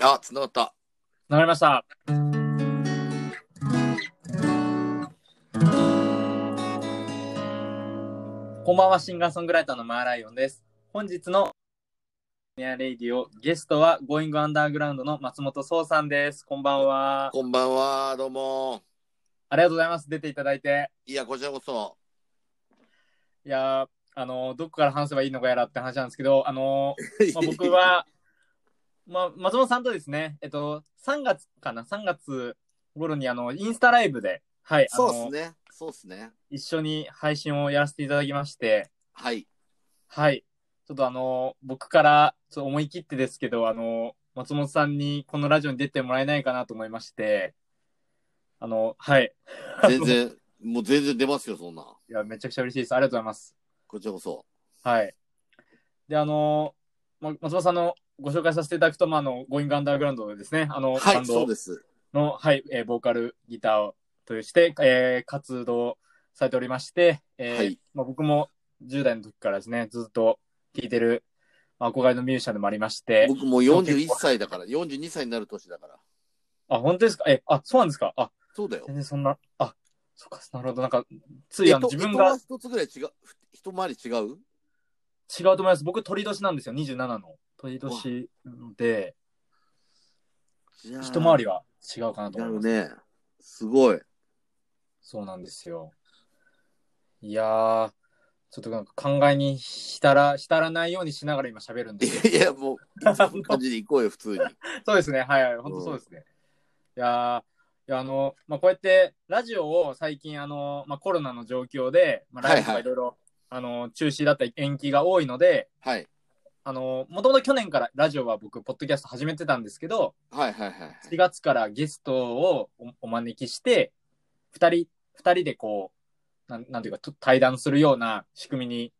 あ、つながった。なりました。こんばんは、シンガーソングライターのマーライオンです。本日のネアレイディオ、ゲストは Going Underground の松本壮さんです。こんばんは。こんばんは、どうも。ありがとうございます。出ていただいて。いや、こちらこそ。いやー、あのー、どこから話せばいいのかやらって話なんですけど、あのー、まあ、僕 は、 まあ、松本さんとですね、えっと、3月かな、3月頃に、あの、インスタライブで、はい、あのーそうですね。そうですね。一緒に配信をやらせていただきまして、はい。はい。ちょっとあの、僕からちょっと思い切ってですけど、あの、松本さんにこのラジオに出てもらえないかなと思いまして、あの、はい。全然、 もう全然出ますよ、そんな。いや、めちゃくちゃ嬉しいです。ありがとうございます。こちらこそ。はい。で、あの、ま、松本さんのご紹介させていただくと、まあ、あの、ゴイングアンダーグラウンドですね。あの、バはンい、ドそうです。の、はい、えーボーカル、ギターをとして、えー活動されておりまして、えーはいまあ、僕も10代の時からですね、ずっと聴いてる、まあ、憧れのミュージシャンでもありまして、僕もう41歳だから、42歳になる年だから。あ、本当ですかえ、あ、そうなんですかあ、そうだよ全。然そんな、あ、そっか、なるほど、なんか、ついえあと、の自分えとが違は一つぐらい違う、一回り違ううと思います。僕、鳥年なんですよ、27の。鳥年なので、じゃあ一回りは違うかなとな思るいます。ね。すごい。そうなんですよ。いやー、ちょっとなんか考えに浸ら、浸らないようにしながら今喋るんですけいや、もう、いつもの感じで行こうよ、普通に。ど。そうですね、はいはい、本当そうですね。いやー、いやあの、まあ、こうやって、ラジオを最近、あの、まあ、コロナの状況で、まあ、ライブとはいはいかいろいろ、あの、中止だったり延期が多いので、はい。あの、もともと去年からラジオは僕、ポッドキャスト始めてたんですけど、はいはいはい。 4月からゲストをおお招きして、二人、二人でこう、なんなんていうか、と対談するような仕組みに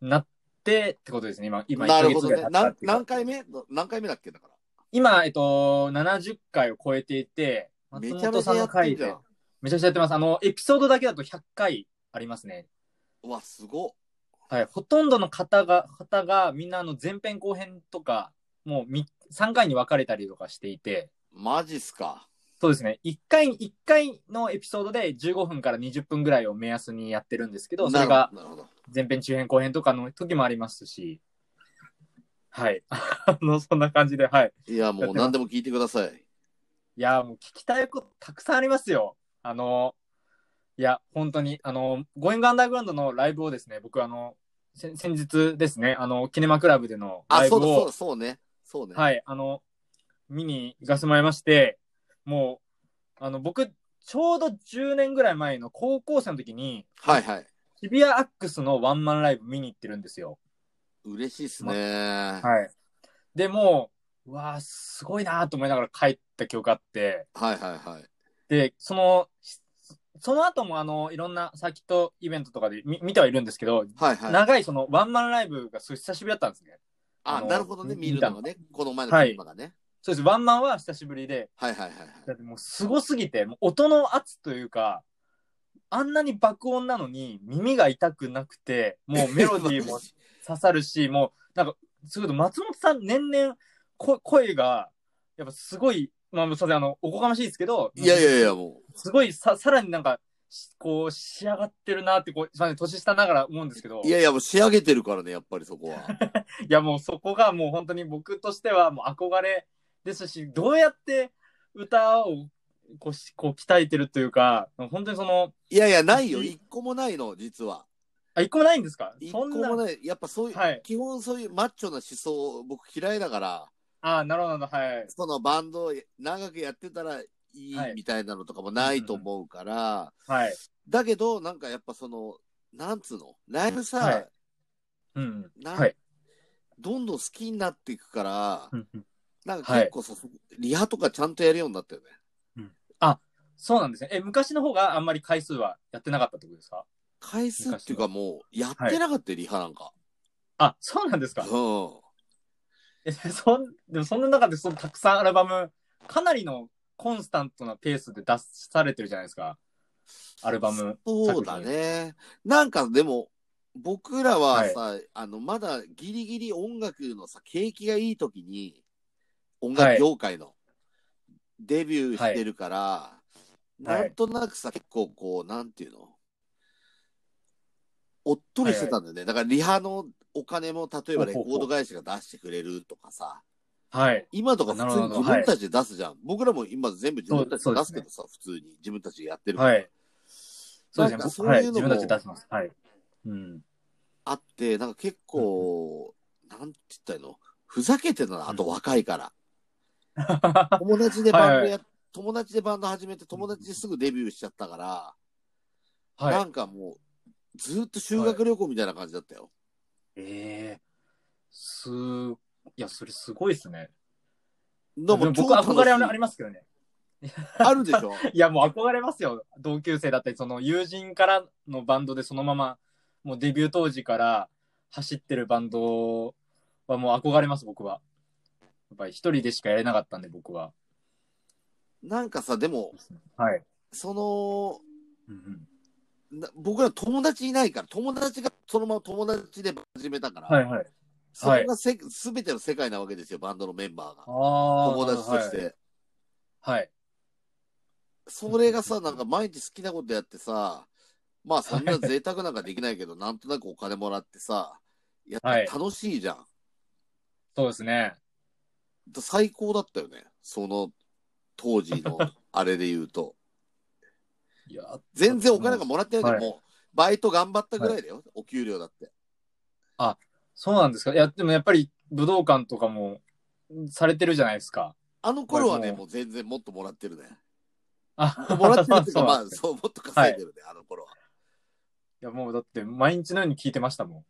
なってってことですね、今、今、な1るヶ月ほどぐらいね経。ったなっんていうか何回目何回目だっけだか今、えっと、70回を超えていて、ら。松めちゃ本めちさゃんやのって回んじゃでん、。めちゃくちゃやってます。あの、エピソードだけだと100回ありますね。うわ、すごっ。はい、ほとんどの方が、方がみんなあの前編後編とか、もうみ3回に分かれたりとかしていて、マジっすか。そうですね。1回、一回のエピソードで15分から20分ぐらいを目安にやってるんですけど、それがなるほど。なる前編、中編、後編とかの時もありますし、はい。 あの、そんな感じで、はい。ほどいや、もう何でも聞いてください。いやー、もう聞きたいことたくさんありますよ。あの、いや、本当に、あの、ゴイングアンダーグラウンドのライブをですね、僕、あの、先先日ですね、あの、キネマクラブでのラあ、イブそうだ、そうをだ、、そうね。そうね。はい、あの、見に行かせてもらいまして、もう、あの、僕、ちょうど10年ぐらい前の高校生の時に、はい、はい。シビアアックスのワンマンライブ見に行ってるんですよ。嬉しいっすね。はい。でもう、うわあすごいなーと思いながら帰った記憶あって、はい、はい、はい。で、その、しその後もあの、いろんなサーキットイベントとかで見見てはいるんですけど、はい、はい。長いそのワンマンライブがすごい久しぶりだったんですね。ああ、のなるほどね。見見るたののがね。この前はのい車がね。そうです。ワンマンは久しぶりで、はい、はい、はい。はいだってもうすごすぎて、もう音の圧というか、あんなに爆音なのに耳が痛くなくて、もうメロディーも刺さるし、もうなんか、すごい松本さん年々こ声が、やっぱすごい、まあ、すみません、あの、おこがましいですけど、 いやいやいや、もすごいさ、さらになんか、しこう、仕上がってるなって、こう、すいません年下ながら思うんですけど、う。いやいや、もう仕上げてるからね、やっぱりそこは。 いやもうそこがもう本当に僕としてはもう憧れですし、どうやって歌をこうしこう鍛えてるというか、本当にその、いやいや、ないよ。一個もないの、実は。あ、一個もないんですか一そ個んなも。ない。やっぱそういう、はい。基本そういうマッチョな思想、僕嫌いだから、ああ、なるほど、なるほどはい。そのバンドを長くやってたらいいはいみたいなのとかもないと思うから、はい。だけど、なんかやっぱその、なんつうのライブさ、はいうん。なはい。どんどん好きになっていくから、うんうんなんか結構さ、リハとかちゃんとやるようになったよね。そうなんですね。え、昔の方があんまり回数はやってなかったってことですか回数っていうかもう、やってなかったよ、リハなんか。あ、そうなんですかうん。え、 そん、でもそんな中でそのたくさんアルバム、かなりのコンスタントなペースで出されてるじゃないですか。アルバム。そうだね。なんかでも、僕らはさ、あの、まだギリギリ音楽のさ、景気がいい時に、音楽業界の、デビューしてるから、なんとなくさ、結構こう、なんていうの、おっとりしてたんだよね。だからリハのお金も、例えばレコード会社が出してくれるとかさ、はい。今とかなる普ほ通どに自分たちで出すじゃん。僕らも今全部自分たちで出すけどさ、普通に自分たちでやってるから。はい。そうなですんかね。そうはい。いうの自も分たちで出します。はい。うん。 あって、なんか結構、なんて言ったらいいのふざけてたな、あと若いから。友達でバンドや、友達でバンド始めて、友達ですぐデビューしちゃったから、なはい。んかもう、ずっと修学旅行みたいな感じだったよ。ええすー、いや、それすごいですね。ででもも超僕憧れはあ楽しりいますけどね。あるでしょいや、もう憧れますよ。同級生だったり、その友人からのバンドでそのまま、もうデビュー当時から走ってるバンドはもう憧れます、僕は。やっぱり一人でしかやれなかったんで、僕は。なんかさ、でも、はい。その、うんうんな僕ら友達いないから、友達がそのまま友達で始めたから、はいはい。そこがせ、すべての世界なわけですよ、バンドのメンバーが。ああ。友達として。はい。はい。それがさ、なんか毎日好きなことやってさ、まあそんな贅沢なんかできないけ ど、なんとなくお金もらってさ、やっぱはい楽しいじゃん。そうですね。最高だったよね。その当時 のあれで言うと。いや、全然お金なんかもらってないけど、はいもうバイト頑張ったぐらいだよ、お給料だって。そうなんですか。いや、でもやっぱり武道館とかもされてるじゃないですか。あの頃ははね、いもうもう全然もっともらってるね。あもらってるっていうか、 そうまなんあですねそう、もっと稼いでるね、あの頃は。いや、もうだって毎日のように聞いてましたもん。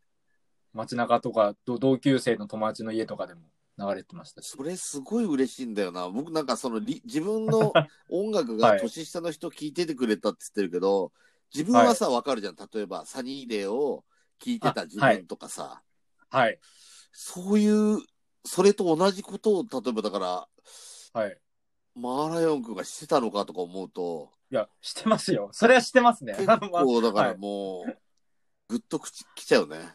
街中とか、ど同級生の友達の家とかでも流れてましたし。それすごい嬉しいんだよな。僕なんかそのり自分 の音楽がはい年下の人聞いててくれたって言ってるけど、自分はさ、わかるじゃん。例えば、サニーデーを聞いてた自分とかさ、はい。そういう、それと同じことを、例えばだから、はい。マーライオン君がしてたのかとか思うと、いや、してますよ。それはしてますね。結あのま構だかはらいもう、ぐっと口きちゃうね。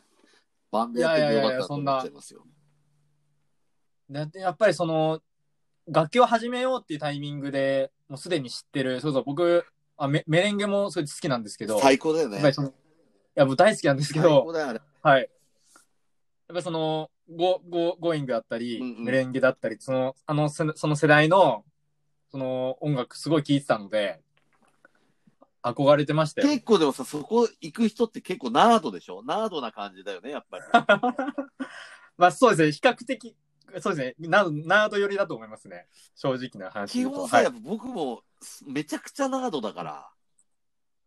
バンドやってみよかったなと思っちゃいますよ。だってやっぱりその、楽器を始めようっていうタイミングで、もうすでに知ってる、そうそう、僕、あメメレンゲもすごい好きなんですけど、最高だよやっぱねり。その、いや、もう大好きなんですけ最ど、高だよ、あれ。はい。やっぱりその、ゴゴゴーイングだったり、うんうんメレンゲだったり、その、あの、せその世代の、その音楽すごい聴いてたので、憧れてましたよ。結構でもさ、そこ行く人って結構ナードでしょナードな感じだよね、やっ ぱり。まあそうですね、比較的、そうですね、ナードナード寄りだと思いますね。正直な話で基言うと。本さ、はいやっぱ僕もめちゃくちゃナードだから、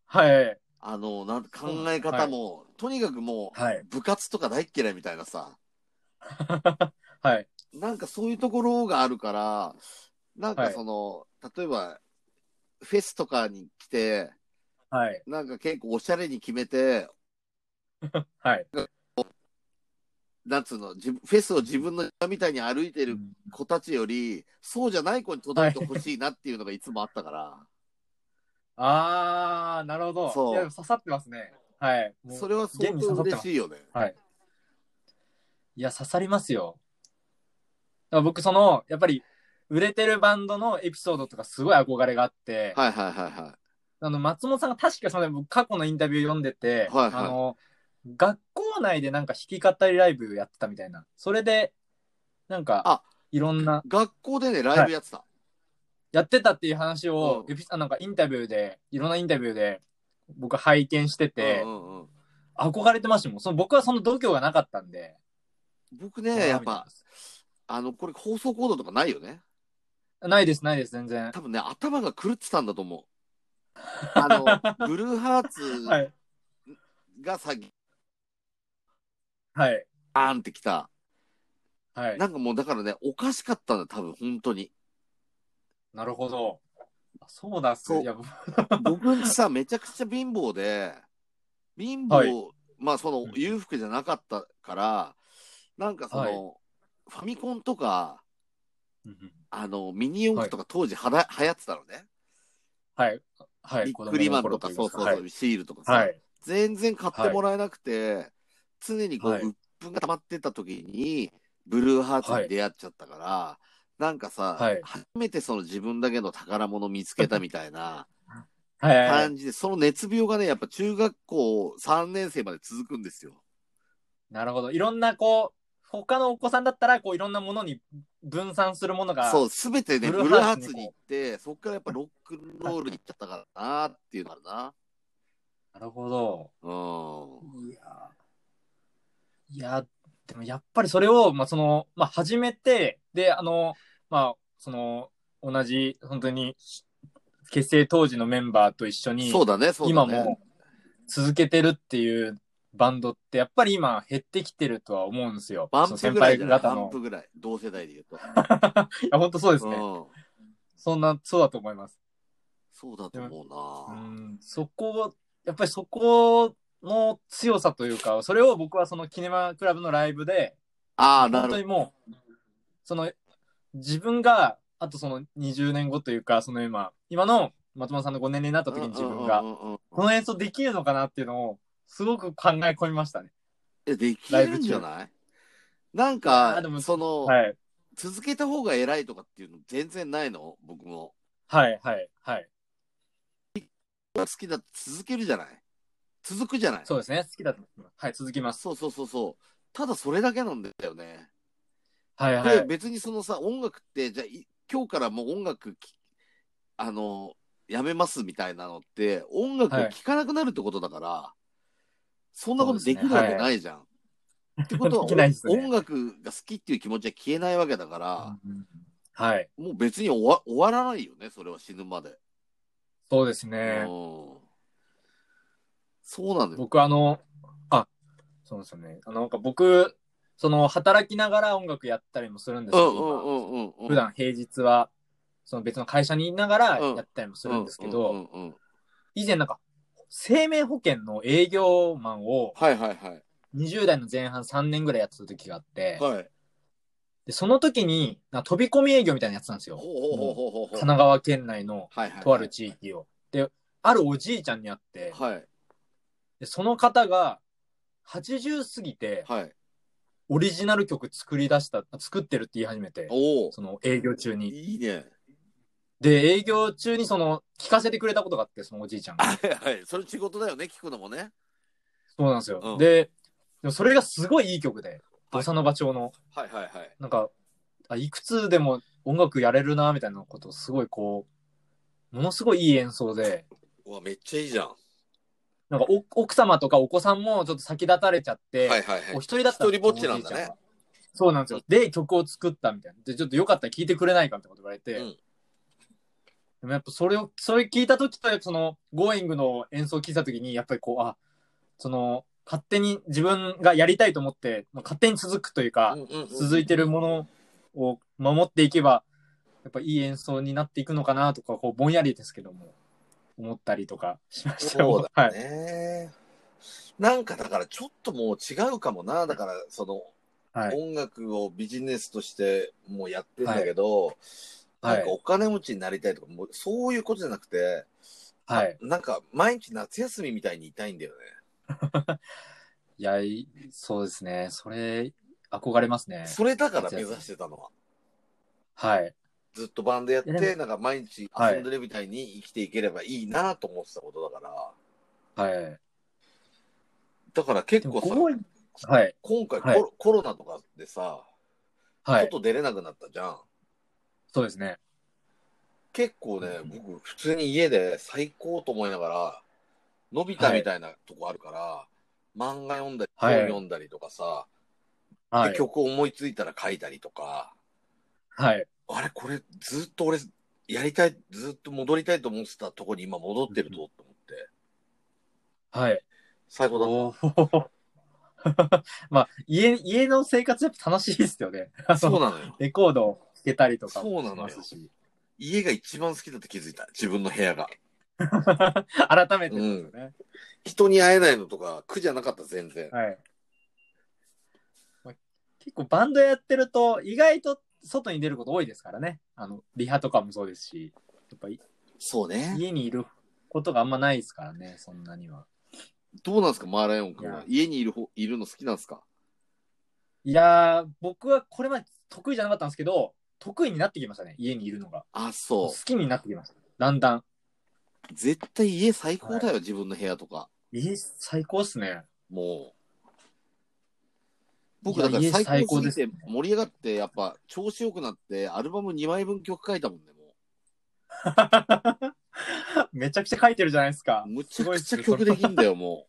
はい。あの、なん考え方も、とにかくもはい。 う部活とか大っ嫌いみたいなさ、はい。なんかそういうところがあるから、なんかその、例えば、フェスとかに来て、はい。なんか結構おしゃれに決めて、はい。なんつうの、自分フェスを自分の家みたいに歩いてる子たちより、そうじゃない子に届いてほしいなっていうのがいつもあったから、あー、なるほど。そういや刺さってますね。はい。もうそれは相当嬉しいよね。いや、刺さりますよ。だから僕、その、やっぱり、売れてるバンドのエピソードとかすごい憧れがあって、はいはいはいはい。あの、松本さんが確かその、僕過去のインタビュー読んでて、はいはいあの、学校内でなんか弾き語りライブやってたみたいな。それで、なんあか、いろんな、学校でね、ライブやってた。やってたっていう話を、うんエピあなんかインタビューで、いろんなインタビューで、僕拝見しててう、んうんうん憧れてましたもん。その僕はその度胸がなかったんで。僕わーね、やっみたいぱ、あの、これ放送コードとかないよね。なないです、ないです、全然。多分ね、頭が狂ってたんだと思う。 あの、ブルーハーツはい。がさ、はい。バーンってきた。はい。なんかもうだからね、おかしかったんだ、多分、本当に。なるほど。あそうだっすそういや、僕僕 さ、めちゃくちゃ貧乏で、貧乏、はいまあそのうん裕福じゃなかったから、なんかその、はいファミコンとか、あの、ミニ四駆とか当時はだ、流行ってたのね。はい。はい。ビックリマンとか、子そ供うのそう頃そう、といいますシールとかさ、かはい。はい。全然買ってもらえなくて、常にこう、はい鬱憤が溜まってった時に、ブルーハーツに出会っちゃったから、なんかさ、はい初めてその自分だけの宝物見つけたみたい なはい。感じで、その熱病がね、やっぱ中学校3年生まで続くんですよ。なるほど。いろんな、こう、他のお子さんだったら、こう、いろんなものに分散するものが、そう、すべてね、ブブルルーーハハーーツツにに行って、そっからやっぱロックンロールに行っちゃったからなーっていうのあるな。なるほど。うん。いやー、いや、でもやっぱりそれを、まあ、その、まあ、始めて、で、あの、まあ、その、同じ、本当に、結成当時のメンバーと一緒に、そうだね、そうだ今ね。も続けてるっていうバンドって、やっぱり今減ってきてるとは思うんですよ。バそンのプ先ぐらい輩じゃない方バンの。プぐらい。同世代で言うと。いや、本当そうですうね。ん。そんな、そうだと思います。そうだと思ううな。ん、そこ、やっぱりそこの強さというか、それを僕はそのキネマクラブのライブで、ああ、な本るほ当にもう、その、自分が、あとその20年後というか、その今、今の松本さんのご年齢になったど。時に自分うが、んうんうんうんこの演奏できるのかなっていうのを、すごく考え込みましたね。え、できるんじゃないなんいやかーで、もその、はい。続けた方が偉いとかっていうの全然ないの僕も。はい、はい、はい。好きだと続けるじゃない続くじゃないそうですね。好きだと思います。はい、続きます。そうそうそうそう。ただそれだけなんだよね。はいはで、い。別にそのさ、音楽って、じゃあい今日からもう音楽き、あの、やめますみたいなのって、音楽を聴かなくなるってことだから、そんなことできるわけないじゃん。って ことは、できないっすね音楽が好きっていう気持ちは消えないわけだから、はい。もう別に終わ終わらないよね、それは死ぬまで。そうですうね。んそうなのよ。僕あの、あ、そうですよね。あの、なんか僕、その、働きながら音楽やったりもするんでうすけど、んうんうんうんうん。普段平日は、その別の会社にいながらやったりもするんですけど、うんうんうんうん以前なんか、生命保険の営業マンをはいはいはい。 20代の前半3年ぐらいやってた時があって、はい。でその時になんか飛び込み営業みたいなのやつなんですよ。ほうほうほうほうほうほう。神奈川県内のはいはい。とある地域を。で、あるおじいちゃんに会って、はい。でその方が80過ぎてはい。オリジナル曲作り出した、作ってるって言い始めて、おお。その営業中に。いいね。で、営業中にその聞かせてくれたことがあって、そのおじいちゃんが。はいはい。それ仕事だよね、聞くのもね。そうなんですよ。うんで、でもそれがすごいいい曲で、ボサノバ調の、はいはいはい。なんか、あいくつでも音楽やれるな、みたいなことをすごいこう、ものすごいいい演奏で、うわ、めっちゃいいじゃん。はなんかお奥様とかお子さんもちょっと先立たれちゃって、いはいはいお一人だったんで一すよ人ぼっちなんだね。おじいちゃがそうなんですよ。で、曲を作ったみたいな。で、ちょっとよかったら聴いてくれないかってこと言われて、うんでもやっぱそれを、それ聞いた時と、その、Going の演奏を聞いた時に、やっぱりこう、あ、その、勝手に自分がやりたいと思って、まあ勝手に続くというか、うんうんうん。続いてるものを守っていけば、やっぱいい演奏になっていくのかなとか、こう、ぼんやりですけども、思ったりとかしましたそうはだい。ね。なんかだからちょっともう違うかもな。だからそのはい。音楽をビジネスとしてもうやってんだけど、はいなんかお金持ちになりたいとか、もうそういうことじゃなくて、はい。なんか毎日夏休みみたいにいたいんだよね。いや、いそうですね。それ、憧れますね。それだから目指してたのは。はい。ずっとバンドやっいやでて、なんか毎日はい遊んでるみたいに生きていければいいなと思ってたことだから、はい。だから結でも、構さ、ゴーインはい。今回コロ,、はいコロナとかでさ、はい。外出れなくなったじゃん。そうですね。結構ね、僕普通に家で最高と思いながら、のび太みたいなとこあるから、漫画読んだり、はい本読んだりとかさ、はでい。曲思いついたら書いたりとか、はい。あれこれずっと俺やりたい、ずっと戻りたいと思ってたとこに今戻ってると思って、はい。最高だった。おー まあ、家、家の生活やっぱ楽しいですよね。そうのなのよ。レコードを聴けたりとかそうなもしのよますし。 家が一番好きだって気づいた。自分の部屋が。改めてですよね。人に会えないのとか苦じゃなかった、全然。はい。まあ結構バンドやってると、意外と外に出ること多いですからね。あの、リハとかもそうですし、やっぱりそうね。家にいることがあんまないですからね、そんなには。どうなんですか、マーライオン君はいや。家にいる方、いるの好きなんですかいやー、僕はこれまで得意じゃなかったんですけど、得意になってきましたね、家にいるのが。あ、好そきになってきました。だんだん。う。絶対家最高だよ、自分の部屋とか。家最高っすね。 もう。い僕やだから家最最高高でですすぎて盛り上がって、やっぱ調子良くなって、アルバム2枚分曲書いたもんね、もめちゃくちゃ書いてるじゃないですかう。。むちゃくちゃ曲できんだよ、も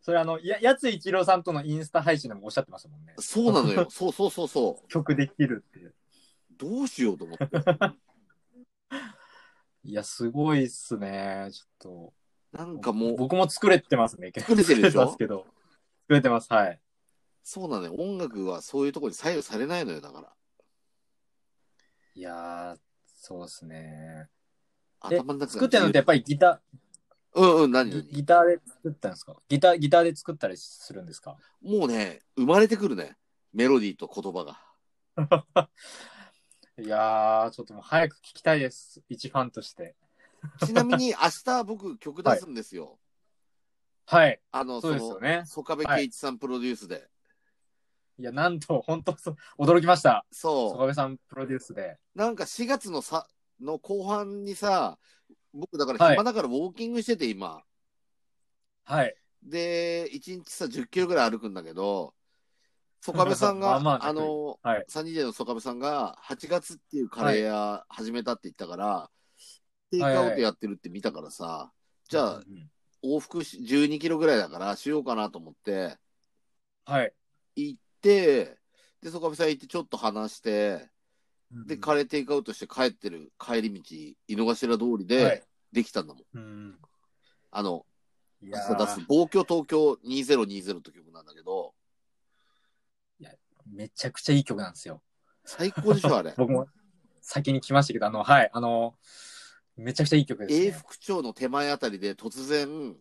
それあの、ややつ一郎さんとのインスタ配信でもおっしゃってましたもんねう。。そうなの よ。そうそうそうそ曲できるって。う。どうしようと思って。いや、すごいっすね。ちょなんっかと。もう、僕も作れてますね。作れてるでしょ 作ますけど。作れてます。はい。そうなのよ。音楽はそういうところに左右されないのよ、だから。いやー、そうっすね。え頭の中が作ってるのってやっぱりギタうんうん、何ー、ギ何ギターで作ったんですかギター、ギターで作ったりするんですかもうね、生まれてくるね。メロディーと言葉が。いやー、ちょっともう早く聞きたいです。一ファンとして。ちなみ に明日僕曲出すんですよ。はい。あの、そそうですよの、ね。ソカベケイチさんプロデュースで。いや、なんと、本当そう驚きました。そう坂。部さんプロデュースで。なんか4月のさ、の後半にさ、僕だから暇だからウォーキングしてて今。はい。で、1日さ、10キロぐらい歩くんだけど、ソカベさんが、 まあまああの、はいサニーデーのソカベさんが8月っていうカレー屋始めたって言ったから、テイクアウトやってるって見たからさ、じゃあうん往復し12キロぐらいだからしようかなと思って、はい。行って、で、ソカベさん行ってちょっと話して、で、カレーテイクアウトして帰ってる帰り道、井の頭通りはでいできたんだもん。うん。あの、い出やすー、防京東京2020って曲なんだけど、めちゃくちゃいい曲なんですよ。最高でしょ、あれ 。僕も先に来ましたけど、あの、はい、あの、めちゃくちゃいい曲です、永ね。福町の手前あたりで突然、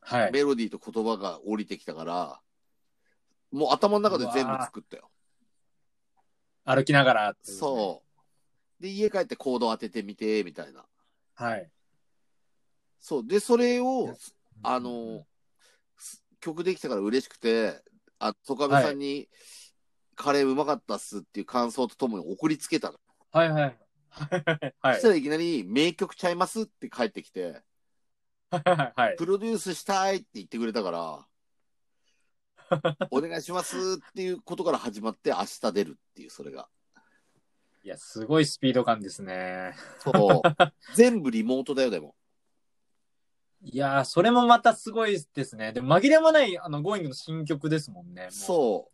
はい。メロディーと言葉が降りてきたから、もう頭の中で全部作ったよ。歩きながら、そう。で、家帰ってコード当ててみて、みたいな。う。はい。そう。で、それを、あうんの、す曲できたから嬉しくて、あ、トカベさんに、カレーうまかったっすっていう感想とともに送りつけたの。はいはい。はいはそいしたらいきなり、名曲ちゃいますって帰ってきて、はい。はい。プロデュースしたいって言ってくれた から、お願いしますっていうことから始まって、明日出るっていう、それ が。いや、すごいスピード感ですね。そう。全部リモートだよ、でも。いやー、それもまたすごいですね。でも、紛れもない、あの、Going の新曲ですもんね。う。そ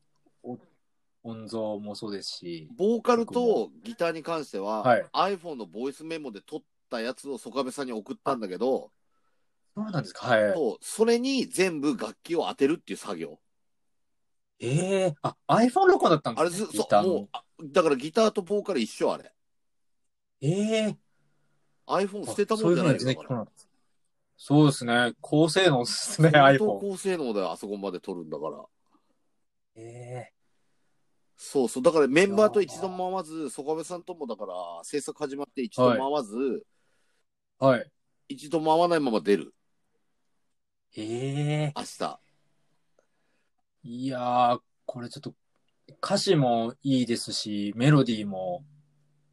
音像もそうですしう。。ボーカルとギターに関しては、はい iPhone のボイスメモで撮ったやつをソカベさんに送ったんだけど、そうなんですかはい。そう、それに全部楽器を当てるっていう作業。ええあ、iPhone 録音だったんあれですず、ね。そギターう、のもう、あだからギターとボーカル一緒、あれ。ええ iPhone 捨てたそもうんいじうふゃなうにいよ、だ全然か聞こえら。なかったそうですね。高性能ですね、相当 iPhone。高性能だよ、あそこまで撮るんだから。ええそうそう。だからメンバーと一度も会わず、ソカベさんともだから、制作始まって一度も会わず、はい。一度も会わないまま出る、ええ明日。いやー、これちょっと、歌詞もいいですし、メロディーも、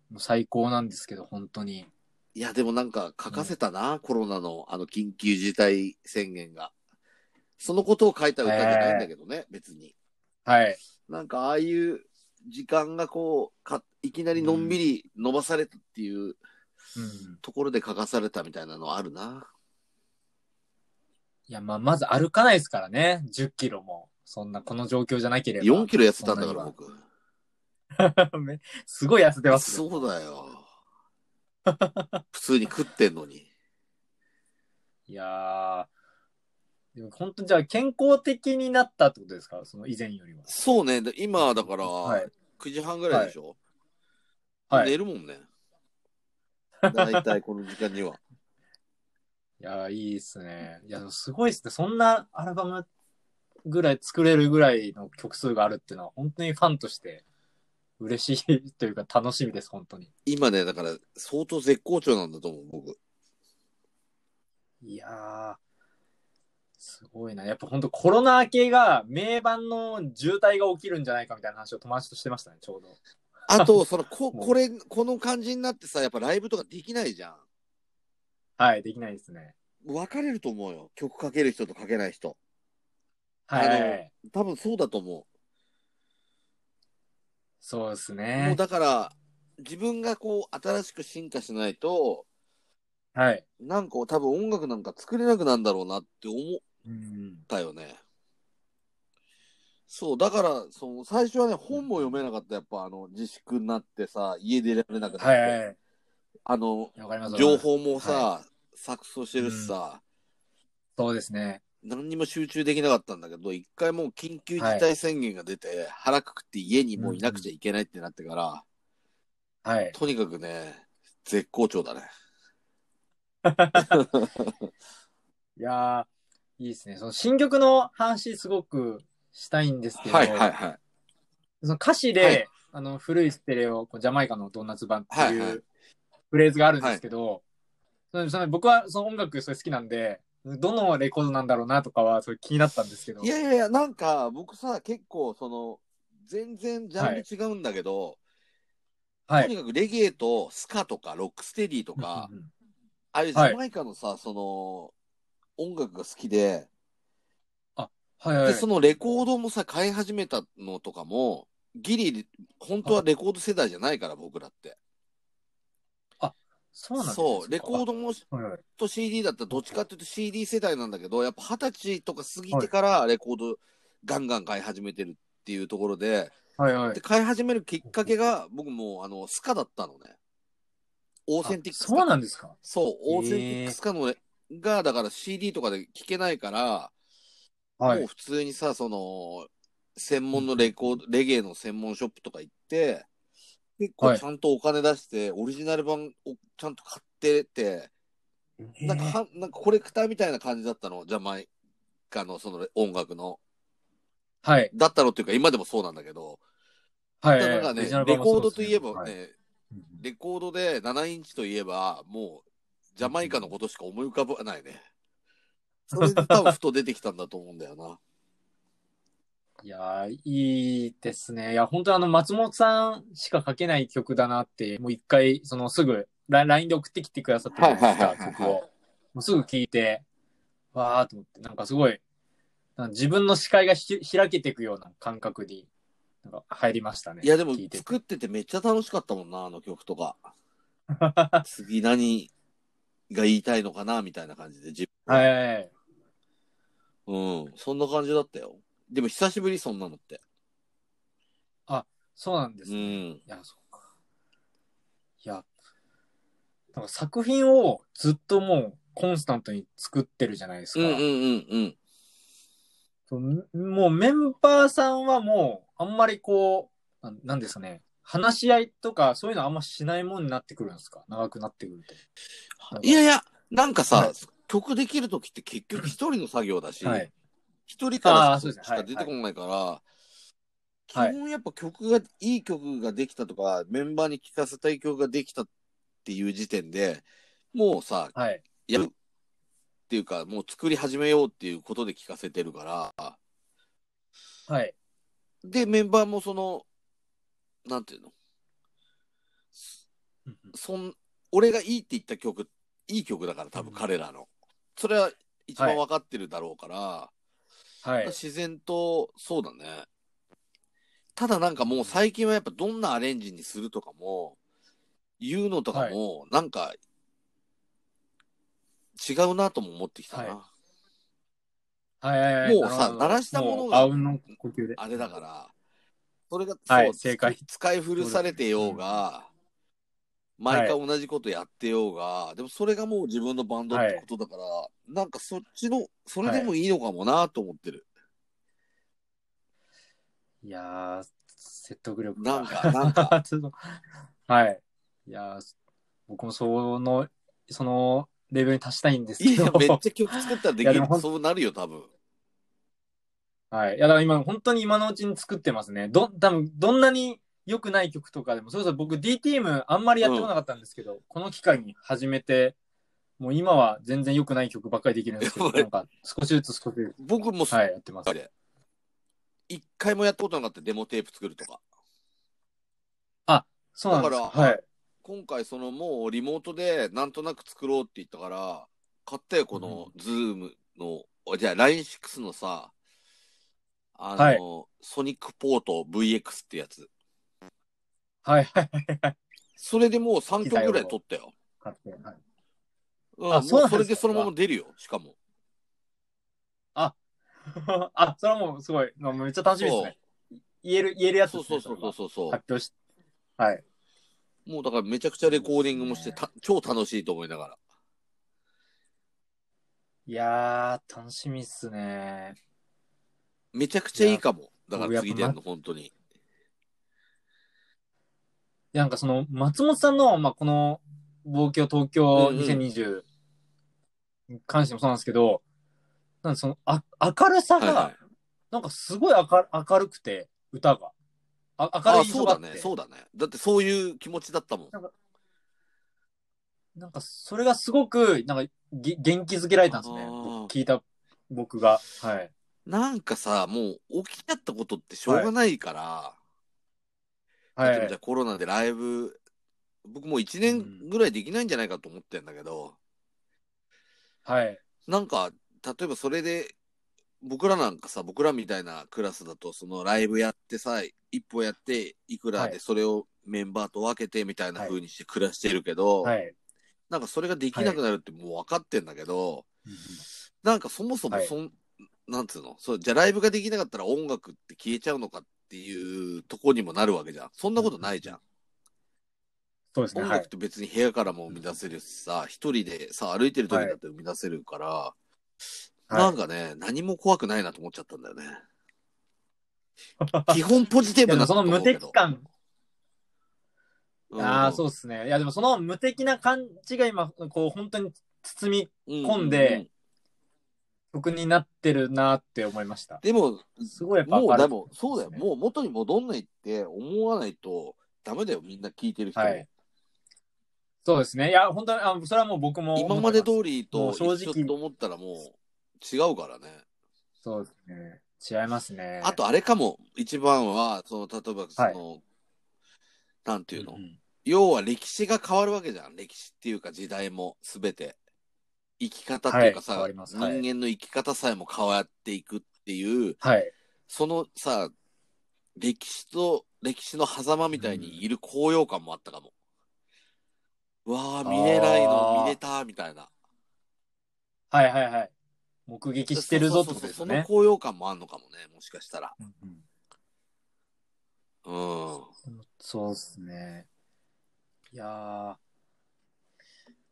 もう最高なんですけど、本当に。いや、でもなんか書かせたな、コロナのあの緊急事態宣言が。そのことを書いた歌じゃないんだけどね、別に。はい。なんかああいう時間がこうか、いきなりのんびり伸ばされたっていううん。ところで書かされたみたいなのあるな。いや、まあ、まず歩かないですからね。10キロも。そんな、この状況じゃなければ。 4キロ痩せたんだから、そん僕。 めすごい痩せてますね。そうだよ。 普通に食ってんのに。いやー、でも本当にじゃあ健康的になったってことですかその以前よりは。そうね、で今だから、はい。 9時半ぐらいでしょ、はい。寝いるもん ね。だいたいこの時間には。やー、いいですね。いや、でもすごいですね。そんなアルバムぐらい作れるぐらいの曲数があるっていうのは、本当にファンとして嬉しいというか楽しみです、本当に。今ね、だから相当絶好調なんだと思う、僕。いやー、すごいな。やっぱ本当コロナ明けが名盤の渋滞が起きるんじゃないかみたいな話を友達としてましたね、ちょうど。あ と、その、こ、これ、この感じになってさ、やっぱライブとかできないじゃん。はい、できないですね。分かれると思うよ。曲かける人とかけない人。はい。多分そうだと思そうですう。もうね。だから、自分がこう、新しく進化しないと、はい。なんか多分音楽なんか作れなくなるんだろうなって思っうん。たよね。そう、だから、その、最初はね、本も読めなかった。やっぱ、あの、自粛になってさ、家出られなくなって。はいはいはあの、い。わかります。わかり情ます。報もさ、錯綜してるしさ、そうですね。何にも集中できなかったんだけど、一回もう緊急事態宣言が出て、腹くくって家にもういなくちゃいけないってなってから、はい。とにかくね、絶好調だね。いやー、いいですね。その新曲の話すごくしたいんですけど、はいはいはい。その歌詞で、はいあの古いステレオ、こうジャマイカのドーナツ版っていはいはいうフレーズがあるんですけど、そのその僕はその音楽それ好きなんで、どのレコードなんだろうなとかはそれ気になったんですけど。いやいやいや、なんか僕さ、結構その、全然ジャンル違うんだけど、はとい。にかくレゲエとスカとかロックステディとか、うんうんああいうジャマイカのさ、その、音楽が好きで、はいはいで、。そのレコードもさ、買い始めたのとかも、ギリ、本当はレコード世代じゃないから、僕らって。そうなんですそう、レコードドもはいと CD だったら、どっちかっていうと CD 世代なんだけど、やっぱ二十歳とか過ぎてからレコードガンガン買い始めてるっていうところで、はいはいはいで。買い始めるきっかけが、僕もうあの、スカだったのね。オーセンティックスカ。そうなんですかそう、オーセンティへッークスカの、が、だから CD とかで聴けないから、はいもう。普通にさ、その、専門のレコード、レゲエの専門ショップとか行って、結構はいちゃんとお金出して、オリジナル版をちゃんと買ってて、なんかへーは、なんかコレクターみたいな感じだったの、ジャマイカのその音楽の。はい。だったのっていうか、今でもそうなんだけど、はい。だからオリね、ジナレル版もコそードうとですいえばはいね、レコードで7インチといえば、もう、ジャマイカのことしか思い浮かばないね。それで多分ふと出てきたんだと思うんだよ な。いやー、いいですね。いや、本当あの、松本さんしか書けない曲だなって、もう一回、そのすぐ、ラ LINE で送ってきてくださったじゃないですはか、いはいはいはい曲を。もうすぐ聴いて、わーと思って、なんかすごい、なんか自分の視界がひ開けていくような感覚に、なんか入りましたね。いやでも聞いてて作っててめっちゃ楽しかったもんな、あの曲と か。次何が言いたいのかな、みたいな感じで。自分はいはいはい。うん。そんな感じだったよ。でも久しぶり、そんなのって。そうなんですうね。いん。や、そっか。いや、なんか作品をずっともう、コンスタントに作ってるじゃないですうか。んうんうんうん。そうもうメンバーさんはもう、あんまりこう、ななんですかね、話し合いとか、そういうのあんましないもんになってくるんですか長くなってくると。なんかいやいや、なんかさ、はい曲できるときって結局一人の作業だし、一、はい。人からあーそうしですねか出てこないから、はい基本やっぱ曲が、いい曲ができたとか、メンバーに聴かせたい曲ができたっていう時点で、もうさ、はい。やるっていうか、もう作り始めようっていうことで聴かせてるから、はい。で、メンバーもその、なんていうのうんうんそん、俺がいいって言った曲、いい曲だから多分彼らの。それは一番わかってるだろうから、はい。自然と、そうだね。ただなんかもう最近はやっぱどんなアレンジにするとかも、言うのとかも、なんか、違うなとも思ってきたな。ははいはいはい。もうさなるほど鳴らしたものうがあうんの呼吸で。あれだから、それが、はいそう正解つ使い古されてようが、毎回同じことやってようが、でもそれがもう自分のバンドってことだから、なんかそっちの、それでもいいのかもなと思ってる。いやー、説得力なんが か、なんか、ちょっとはい。いやー、僕もその、そのレベルに達したいんですいけど。や、めっちゃ曲作ったらでいきやでるもほ。んそうなるよ、多分。はい。いや、だから今、本当に今のうちに作ってますね。ど、多分どんなに良くない曲とかでも、そうそう、僕 DTM あんまりやってこなかったんですけど、この機会に始めて、もう今は全然良くない曲ばっかりできるんですけど、なんか少しずつ少しず僕もつ、はい、やってます。で、一回もやったことなかったデモテープ作るとか。そうなんですか。だからはい。今回そのもうリモートでなんとなく作ろうって言ったから、買ったよ、このズームの、あじゃあ LINE6 のさ、あの、はいソニックポート VX ってやつ。はいはい それでもう3曲ぐらい撮ったよ。買ってはい。うん、もあうそうなんですかそれでそのまま出るよ、しかも。あ、それはもうすごい、まあめっちゃ楽しみですね。言える、言えるやつそでうす、そね。うそうそうそうそそれは発表し、はい。う。もうだからめちゃくちゃレコーディングもしてた、超楽しいと思いながら。いやー、楽しみっすね。めちゃくちゃいいかも。だから僕やっぱ次出るの、本当に。なんかその、松本さんの、まあ、この、望郷東京うんうん2020に関してもそうなんですけど、なんかその、あ、明るさはいはがい、。なんかすごい明る明るくて、歌が。あ明るいあ、印象そうがあだってね、そうだね。だってそういう気持ちだったもん。なんかそれがすごく、なんかげ元気づけられたんですね。あー僕聞いた僕が。はい。なんかさ、もう起きちゃったことってしょうがないから、は例えばじゃい。あコロナでライブ、僕もう1年ぐらいできないんじゃないかと思ってんだけど、はい。なんか、例えばそれで、僕らなんかさ、僕らみたいなクラスだと、そのライブやってさ、一歩やって、いくらはでいそれをメンバーと分けてみたいな風にして暮らしてるけど、はい。なんかそれができなくなるってもう分かってんだけど、なんかそもそもそん、なんつうのそう、じゃあライブができなかったら音楽って消えちゃうのかっていうとこにもなるわけじゃん。そんなことないじゃん。そうですね。音は楽っい。て別に部屋からも生み出せるしさ、一人でさ、歩いてる時だって生み出せるから、なはんい、かね、何も怖くないなと思っちゃったん だよね。基本ポジティいやブでもなその無敵感。ああ、そううですね。いや、でもその無敵な感じが今、こう、本当に包みん、込んで曲になってるなって思いました。でも、すごいやっぱも明うるでいも、そうだよ。もう元に戻んないって思わないとダメだよ。みんな聞いてる人も。はい。そうですね。いや、本当に、あそれはもう僕も思ってす。今まで通りもとう正直一緒と思ったらもう違うからね。そうですね。違いますね。あとあれかも、一番は、その、例えばその、なんてていうの、ん要は歴史が変わるわけじゃん。歴史っていうか時代もすべて。生き方っていうかさ、はい変わりますはい人間の生き方さえも変わっていくっていう、はい。そのさ、歴史と歴史の狭間みたいにいる高揚感もあったかも。うわあ見れないあーの、見れた、みたいな。はいはいはい。目撃してるぞってことですそうそようそうそのね。高揚感もあんのかもね、もしかしたら。うんうんうん。そうですね。いやー。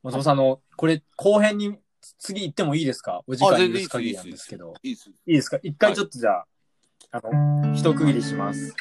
松本さん、あの、これ、後編に次行ってもいいですかお時間あ全許然いいですす限りなんですけど。いいっす。いいですか一回ちょっとじゃあ、あの、一区切りします。